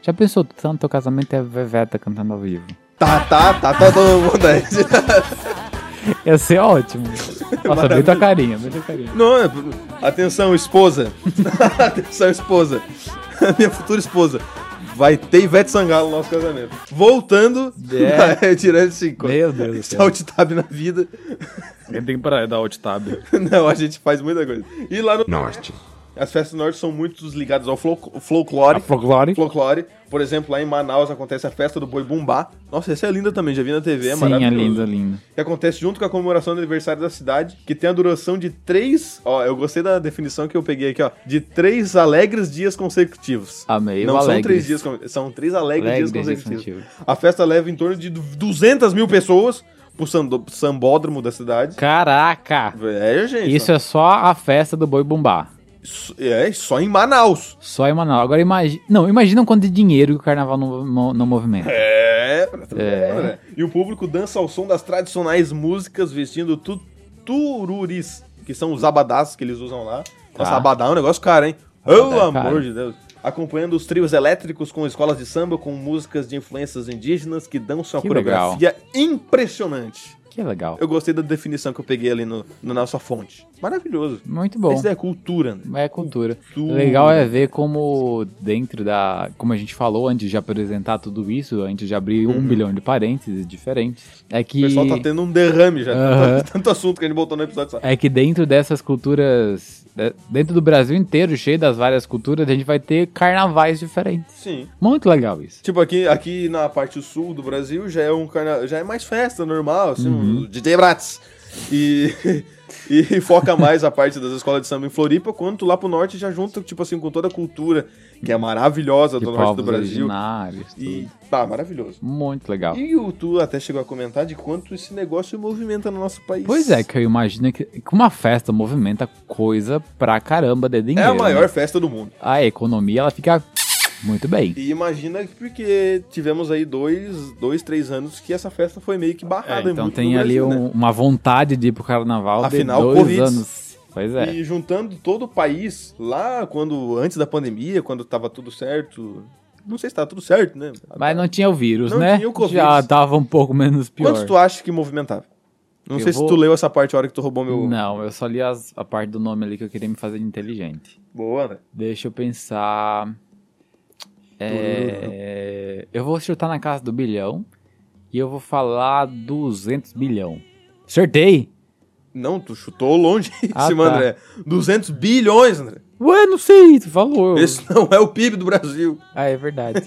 Já pensou, tu tá no teu casamento e a Veveta cantando ao vivo?
Tá, tá, tá, tá todo mundo aí.
Ia ser ótimo. Nossa, bem tua carinha, bem tua carinha.
Não, é- atenção, esposa. atenção, esposa. Minha futura esposa. Vai ter Ivete Sangalo no nosso casamento. Voltando,
É.
tirando cinco.
Meu Deus do céu.
Salt tab na vida.
Ele tem que parar da alt tab.
Não, a gente faz muita coisa. E lá no...
Norte.
As festas do norte são muito ligadas ao flo
A
folclore.
folclore.
folclore. Por exemplo, lá em Manaus acontece a festa do boi bumbá. Nossa, essa é linda também, já vi na TV, é
Sim, é
maravilhoso.
lindo, é lindo.
Que acontece junto com a comemoração do aniversário da cidade, que tem a duração de três. Ó, eu gostei da definição que eu peguei aqui, ó. De três alegres dias consecutivos.
Amei,
Não
o
são
alegres.
três dias, con- são três alegres,
Alegres
dias
dias
consecutivos.
consecutivos.
A festa leva em torno de du- 200 mil pessoas pro sando- sambódromo da cidade.
Caraca!
É, gente.
Isso é só a festa do boi bumbá.
só- é só em Manaus.
Só em Manaus. Agora imagina. Não, imagina o quanto de dinheiro que o carnaval não, não, não movimenta.
É, pra tudo
É.
bem, né? E o público dança ao som das tradicionais músicas vestindo tutururis, que são os abadás que eles usam lá. Nossa,
Tá.
abadá é um negócio caro, hein? Pelo
Abadá é
amor
caro.
de Deus. Acompanhando os trios elétricos com escolas de samba com músicas de influências indígenas que dão sua
Que
coreografia impressionante.
Que legal.
Eu gostei da definição que eu peguei ali no, no nossa fonte. Maravilhoso.
Muito bom.
Isso é cultura, né?
É cultura.
Cultura.
Legal é ver como dentro da. Como a gente falou antes de apresentar tudo isso, antes de abrir um bilhão de parênteses diferentes, é
Uhum. O
que.
pessoal tá tendo um derrame já, de
Aham.
tanto, tanto assunto que a gente botou no episódio. Sabe?
É que dentro dessas culturas. de- Dentro do Brasil inteiro, cheio das várias culturas, a gente vai ter carnavais diferentes.
Sim.
Muito legal isso.
Tipo, aqui, aqui na parte sul do Brasil já é um carna... já é mais festa normal, assim,
Uhum.
um DJ Bratz. E, e foca mais a parte das escolas de samba em Floripa, quanto lá pro norte já junta, tipo assim, com toda a cultura, que é maravilhosa
De
do norte do
povos
Brasil.
originários.
E
tudo.
tá, maravilhoso.
Muito legal.
E o Tu até chegou a comentar de quanto esse negócio movimenta no nosso país.
Pois é, que eu imagino que que uma festa movimenta coisa pra caramba de
É
dinheiro.
a maior
né?
festa do mundo.
A economia, ela fica muito bem.
E imagina que porque tivemos aí dois, dois, três anos que essa festa foi meio que barrada.
É,
em
então
muito
tem
do
ali
Brasil, né?
um- uma vontade de ir pro carnaval
Afinal,
de dois
Covid.
anos. Pois é.
E juntando todo o país, lá quando antes da pandemia, quando tava tudo certo. Não sei se tava tudo certo, né?
Mas não tinha o vírus,
Não
né?
tinha o Covid.
Já tava um pouco menos pior.
Quantos tu acha que movimentava? Não
Eu
sei
vou-
se tu leu essa parte a hora que tu roubou meu.
Não, eu só li as- a parte do nome ali que eu queria me fazer de inteligente.
Boa, né?
Deixa eu pensar. É, eu vou chutar na casa do bilhão e eu vou falar 200 bilhão. Acertei!
Não, tu chutou longe em
Ah,
cima,
tá.
André. 200 bilhões, André.
Ué, não sei, tu falou. eu-
Esse não é o PIB do Brasil.
Ah, é verdade.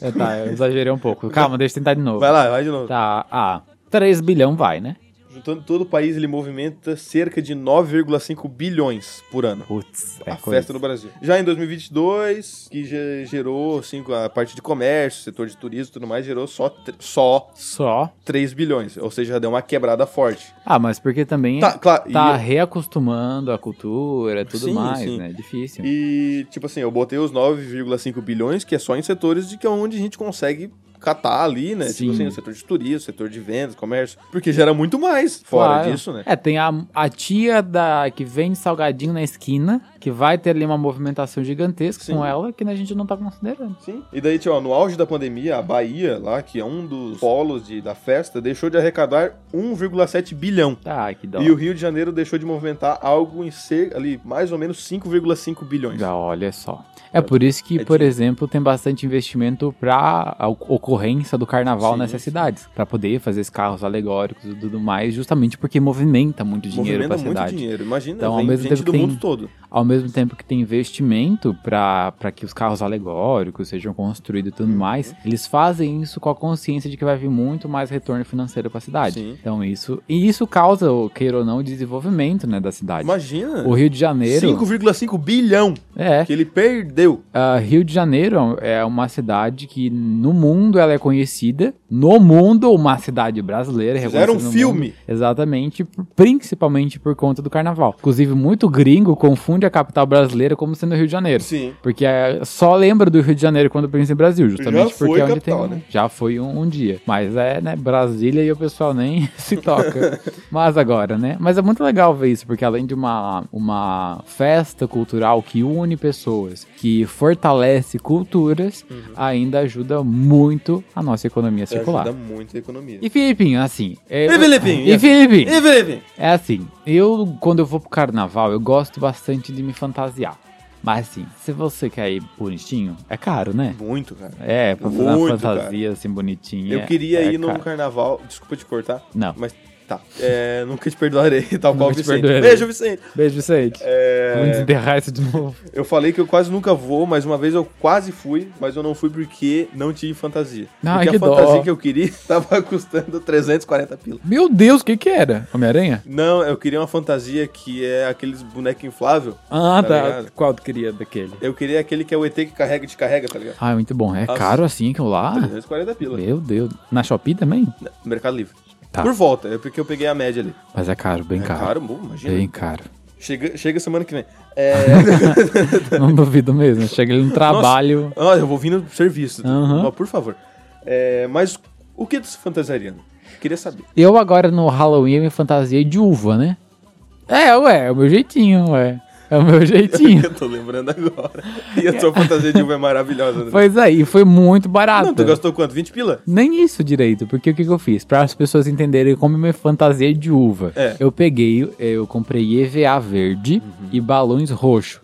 é, tá, eu exagerei um pouco. Calma, deixa eu tentar de novo.
Vai lá, vai de novo.
Tá, ah, 3 bilhão vai, né?
Juntando todo o país, ele movimenta cerca de 9,5 bilhões por ano.
Putz, é
a
coisa.
festa no Brasil. Já em 2022, que ge- gerou, assim, a parte de comércio, setor de turismo e tudo mais, gerou só, tr- só
Só.
3 bilhões. Ou seja, já deu uma quebrada forte.
Ah, mas porque também
Tá,
tá,
claro. e-
reacostumando a cultura e tudo
Sim,
mais,
sim.
né? É Difícil.
E, tipo assim, eu botei os 9,5 bilhões, que é só em setores de que é onde a gente consegue catar ali, né?
Sim.
Tipo assim, o setor de turismo, setor de vendas, comércio, porque gera muito mais fora
Claro.
disso, né?
É, tem a, a tia da que vende salgadinho na esquina, que vai ter ali uma movimentação gigantesca
Sim.
com ela, que a gente não tá considerando.
Sim. E daí, tipo, ó, no auge da pandemia, a Bahia, lá, que é um dos polos de- da festa, deixou de arrecadar 1,7 bilhão.
Tá, que dó.
E o Rio de Janeiro deixou de movimentar algo em ser ali mais ou menos 5,5 bilhões.
Ah, olha só. É por isso que,
É
por
dinheiro.
exemplo, tem bastante investimento pra a oc- ocorrência do carnaval
Sim,
nessas
sim.
cidades. Pra poder fazer esses carros alegóricos e tudo mais, justamente porque movimenta muito dinheiro
Movimenta
pra
muito
cidade.
dinheiro. Imagina,
Então, ao
vem
mesmo
gente
tempo
do
que tem-
mundo todo.
Ao mesmo tempo que tem investimento para que os carros alegóricos sejam construídos e tudo
Uhum.
mais, eles fazem isso com a consciência de que vai vir muito mais retorno financeiro para a cidade.
Sim.
Então isso e isso causa, ou queira ou não, o desenvolvimento né, da cidade.
Imagina.
O Rio de Janeiro,
5,5 bilhão
é,
que ele perdeu.
ah, Rio de Janeiro é uma cidade que no mundo ela é conhecida, no mundo uma cidade brasileira. é
Fizeram um
reconhecida no
filme.
Exatamente, por- principalmente por conta do carnaval. Inclusive, muito gringo confunde a capital brasileira como sendo o Rio de Janeiro.
Sim.
Porque é, só lembra do Rio de Janeiro quando pensa em Brasil, justamente
Já foi
porque é onde
capital,
tem. um-
né?
Já foi um, um dia. Mas é, né? Brasília e o pessoal nem se toca. Mas agora, né? Mas é muito legal ver isso, porque além de uma, uma festa cultural que une pessoas, que fortalece culturas,
Uhum.
ainda ajuda muito a nossa economia circular.
Ajuda muito a economia.
E Filipinho, assim. é-
E Filipinho, e assim.
E Filipinho?
E Felipe?
É assim, eu quando eu vou pro carnaval, eu gosto bastante de me fantasiar. Mas assim, se você quer ir bonitinho, é caro, né?
Muito, cara.
É, pra fazer uma
Muito
fantasia assim bonitinha.
Eu queria
é
ir num
caro.
carnaval. Desculpa te cortar.
Não.
Mas tá. É, nunca te perdoarei, tal qual
Nunca te
Vicente.
perdoarei.
Beijo, Vicente.
Beijo, Vicente.
É,
Vamos desenterrar isso de novo.
Eu falei que eu quase nunca vou, mas uma vez eu quase fui, mas eu não fui porque não tive fantasia.
Ah,
porque
que
a fantasia
dó.
que eu queria tava custando 340 pila.
Meu Deus, o que que era? Homem-Aranha?
Não, eu queria uma fantasia que é aqueles boneco inflável.
Ah,
Tá
tá.
ligado?
Qual tu queria daquele?
Eu queria aquele que é o ET que carrega e descarrega, tá ligado?
Ah, muito bom. É
Nossa.
caro assim que eu lá?
340 pila.
Meu Deus. Na Shopee também?
No Mercado Livre.
Tá.
Por volta, é porque eu peguei a média ali.
Mas é caro, bem
É
caro.
caro, bom, imagina.
Bem caro.
Chega, chega semana que vem. É...
Não duvido mesmo. Chega ali no trabalho.
Nossa, eu vou vindo do serviço.
Aham.
Ó, por favor. É, mas o que tu se fantasiaria? Queria saber.
Eu agora no Halloween eu me fantasiei de uva, né? É, ué, é o meu jeitinho, ué. É o meu jeitinho.
Eu tô lembrando agora. E a sua fantasia de uva é maravilhosa. Né?
pois aí, foi muito barato.
Não, tu gastou quanto? 20 pila?
Nem isso direito, porque o que, que eu fiz? Para as pessoas entenderem como eu me fantasiei de uva.
É. Uhum.
Eu peguei, eh, eu comprei EVA verde e balões roxo.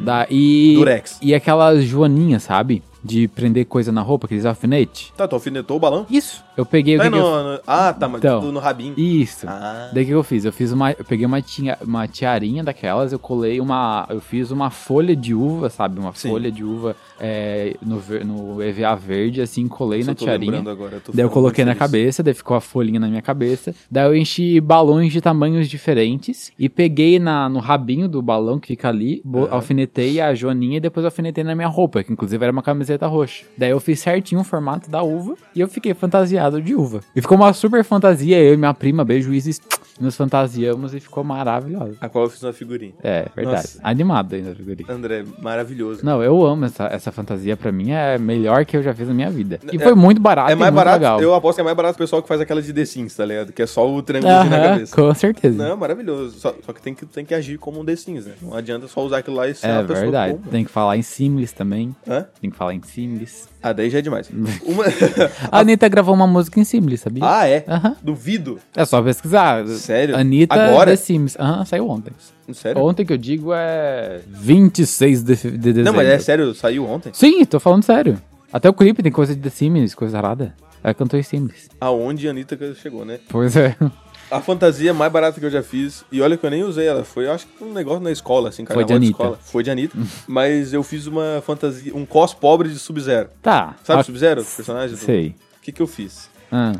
Da, e,
Durex.
E aquelas joaninhas, sabe? De prender coisa na roupa, aqueles alfinetes.
Tá, tu alfinetou o balão?
Isso. Eu peguei o
Tá,
que, que eu
no, no- Ah, tá, mas
Então.
tu no rabinho.
Isso.
Ah.
Daí o que eu fiz? Eu fiz uma. Eu peguei uma, tinha, uma tiarinha daquelas, eu colei uma. Eu fiz uma folha de uva, sabe? Uma
Sim.
folha de uva é, no, ver- no EVA verde, assim, colei
Isso
na
eu tô
tiarinha.
lembrando agora, eu tô
daí eu
ficando
coloquei na
muito feliz.
cabeça, daí ficou a folhinha na minha cabeça. Daí eu enchi balões de tamanhos diferentes e peguei na, no rabinho do balão que fica ali, bo-
Aham.
alfinetei a joaninha e depois alfinetei na minha roupa, que inclusive era uma camiseta roxa. Daí eu fiz certinho o formato da uva e eu fiquei fantasiado de uva. E ficou uma super fantasia, eu e minha prima, beijo Isis. nos fantasiamos e ficou maravilhosa.
A qual eu fiz uma figurinha.
É, verdade.
Nossa.
Animado ainda a figurinha.
André, maravilhoso.
Não, eu amo essa, essa fantasia, pra mim é a melhor que eu já fiz na minha vida. E foi muito barato,
É mais
e muito
barato,
legal.
eu aposto que é mais barato o pessoal que faz aquela de The Sims, tá ligado? Que é só o triângulo na
Aham,
cabeça.
com certeza.
Não, maravilhoso. Só, só que tem que tem que agir como um The Sims, né? Não adianta só usar aquilo lá e ser
É
uma pessoa
verdade.
comum.
Tem que falar em simples também.
Hã?
Tem que falar em simples.
Ah, daí já é demais. Uma...
A Anitta gravou uma música em simples, sabia?
ah, é?
Aham.
Duvido.
É só pesquisar.
Sério?
Anitta
Agora?
The Sims. Aham, saiu ontem.
Sério?
Ontem que eu digo é 26 de, fe- de dezembro.
Não, mas é sério, saiu ontem?
Sim, tô falando sério. Até o clipe tem coisa de The Sims, coisa rara. Ela cantou em Sims.
Aonde a Anitta chegou, né?
Pois é.
A fantasia mais barata que eu já fiz, e olha que eu nem usei ela, foi acho que um negócio na escola, assim,
Foi de
carnaval
Anitta. Uhum.
escola. Foi de Anitta. mas eu fiz uma fantasia, um cos pobre de Sub-Zero.
Tá.
Sabe
Ah,
Sub-Zero, o personagem? do-
Sei.
O que que eu fiz?
Ah,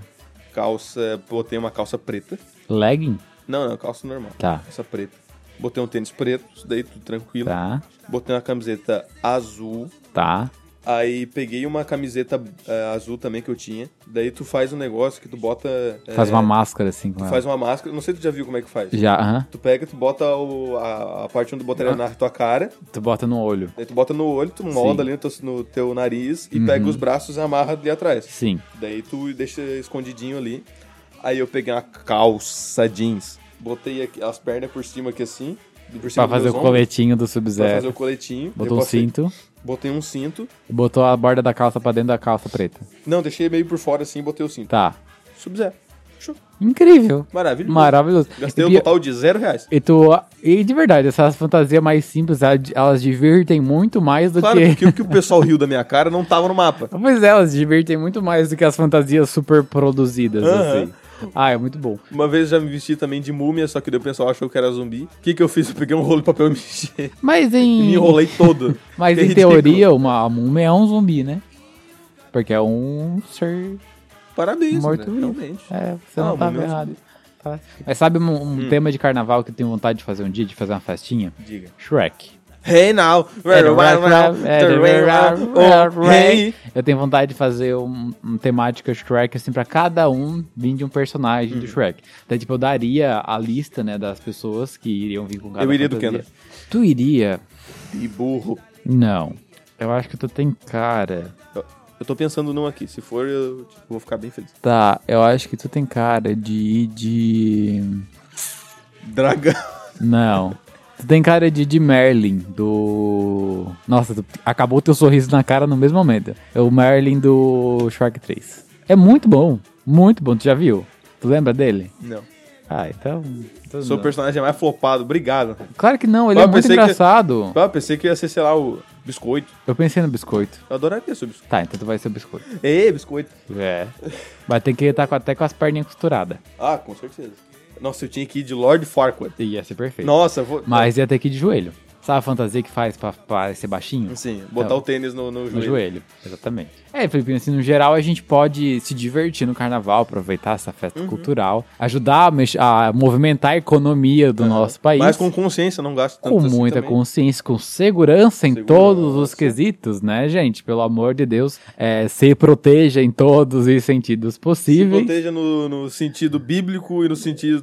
Calça, botei uma calça preta.
legging?
Não, não, calça normal.
Tá.
Calça preta. Botei um tênis preto, isso daí tudo tranquilo.
Tá,
Botei uma camiseta azul.
tá.
Aí peguei uma camiseta eh, azul também que eu tinha. Daí tu faz um negócio que tu bota. eh,
Faz uma máscara assim com
Tu
ela.
faz uma máscara. Não sei se tu já viu como é que faz.
Já, aham.
Tu pega, tu bota o- a, a parte onde
Ah.
botaria na tua cara,
Tu bota no olho.
daí tu bota no olho, tu molda ali no teu, no teu nariz e pega os braços e amarra ali atrás.
Uhum. Sim.
Daí tu deixa escondidinho ali. Aí eu peguei uma calça jeans, botei aqui as pernas por cima aqui assim, e por cima
Pra fazer
dos
o
meus ombros,
coletinho do
Pra fazer o
Sub-Zero.
coletinho.
Botou um
Eu passei-
cinto.
Botei um cinto.
Botou a borda da calça pra dentro da calça preta.
Não, deixei meio por fora assim e botei o cinto.
Tá.
Sub-zero. Show.
Incrível.
Maravilhoso.
Maravilhoso.
Gastei
E
um
pi-
total de zero reais.
E tu. E de verdade, essas fantasias mais simples, ela- elas divirtem muito mais do
Claro,
que.
porque o que o pessoal riu da minha cara não tava no mapa.
Pois é, elas divertem muito mais do que as fantasias super produzidas,
Aham.
assim. Ah, é muito bom.
Uma vez já me vesti também de múmia, só que daí o pessoal achou que era zumbi. O que, que eu fiz? Eu peguei um rolo de papel e me enchi.
Mas
E
em.
me enrolei todo.
Mas
Fiquei
em
ridículo.
teoria, uma a múmia é um zumbi, né? Porque é um ser.
Parabéns,
morto
né?
vivo.
realmente.
É, você
Ah,
não
o
tá
meu é um
errado. Tá. Mas sabe um, um tema de carnaval que eu tenho vontade de fazer um dia, de fazer uma festinha?
Hum. Diga.
Shrek.
Hey now!
É,
Oh, hey!
Eu tenho vontade de fazer um, um temática Shrek, assim, pra cada um vir de um personagem
Hum.
do Shrek. Então, tipo, eu daria a lista, né, das pessoas que iriam vir com cada
Eu iria do
fantasia.
Kendra.
Tu iria?
E burro.
Não. Eu acho que tu tem cara.
Eu, eu tô pensando num aqui. Se for, eu tipo, vou ficar bem feliz.
Tá, eu acho que tu tem cara de ir de.
Dragão.
Não. Tu tem cara de, de Merlin, do. Nossa, tu- acabou teu sorriso na cara no mesmo momento. É o Merlin do Shark 3. É muito bom. Muito bom, tu já viu? Tu lembra dele?
Não.
Ah, então. então
Sou o
não.
personagem mais flopado. Obrigado.
Claro que não, ele
Ah,
é muito
pensei que-
engraçado.
Ah, Eu pensei que ia ser, sei lá, o biscoito.
Eu pensei no biscoito.
Eu adoraria ser o biscoito.
Tá, então tu vai ser o biscoito.
Ei, biscoito.
É. Vai ter que estar com- até com as perninhas costuradas.
Ah, com certeza. Nossa, eu tinha que ir de Lord Farquaad.
Ia ser perfeito.
Nossa, eu vou...
Mas ia ter que ir de joelho. Sabe a fantasia que faz pra parecer baixinho? Então,
Sim, botar
Não.
o tênis no, no
Tá. No
joelho.
joelho, exatamente. É, Felipe, assim, no geral a gente pode se divertir no carnaval, aproveitar essa festa
Uhum.
cultural, ajudar a, mex- a movimentar a economia do nosso país.
Mas com consciência, não gasto tanto
é com
assim
muita
também.
consciência, com segurança em
Segurança.
todos os quesitos, né, gente? Pelo amor de Deus, é, se proteja em todos os sentidos
Se
possíveis.
proteja no, no sentido bíblico e no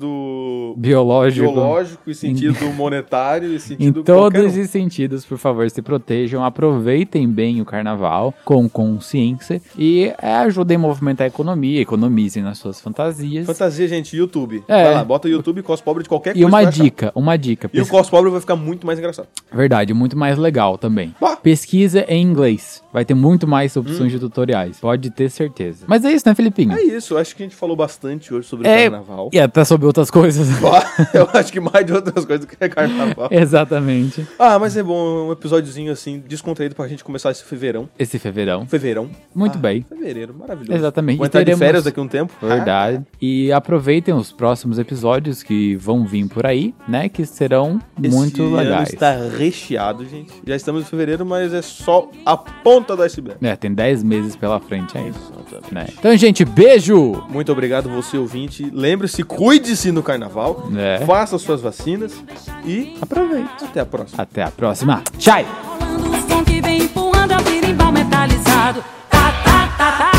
sentido
Biológico. Então,
biológico e sentido monetário e
Em
sentido qualquer
todos
um.
os sentidos, por favor, se protejam, aproveitem bem o carnaval com consciência e é, ajudem a movimentar a economia, economizem nas suas fantasias.
Fantasia, gente, YouTube.
É.
Vai lá, bota o YouTube, cos pobre de qualquer
E
coisa.
uma
que tu achar.
dica, uma dica.
E o
Pes-
cos pobre vai ficar muito mais engraçado.
Verdade, muito mais legal também.
Ah.
Pesquisa em inglês. Vai ter muito mais
Hum.
opções de tutoriais. Pode ter certeza. Mas é isso, né, Felipinho?
É isso, acho que a gente falou bastante hoje sobre
É.
o carnaval.
E até sobre outras coisas.
Eu acho que mais de outras coisas do que é carnaval.
Exatamente.
Ah, mas é bom, um episódiozinho assim, descontraído pra gente começar esse fevereirão.
Esse fevereirão.
Fevereirão.
Muito
Ah,
bem.
Fevereiro, maravilhoso.
Exatamente.
Vou
E
entrar
teremos-
de férias daqui a um tempo.
Verdade. E aproveitem os próximos episódios que vão vir por aí, né? Que serão
Esse
muito
ano
legais.
está recheado, gente. Já estamos em fevereiro, mas é só a ponta do iceberg.
É, tem 10 meses pela frente ainda. né? Então, gente, beijo!
Muito obrigado, você ouvinte. Lembre-se, cuide-se no carnaval.
É.
Faça suas vacinas. E
Aproveite.
até a próxima.
Até a próxima. Tchau!
Rolando o som que vem empurrando é o birimbau metalizado. um Tá, tá, tá, tá. Tá, Tá, tá.
tá É um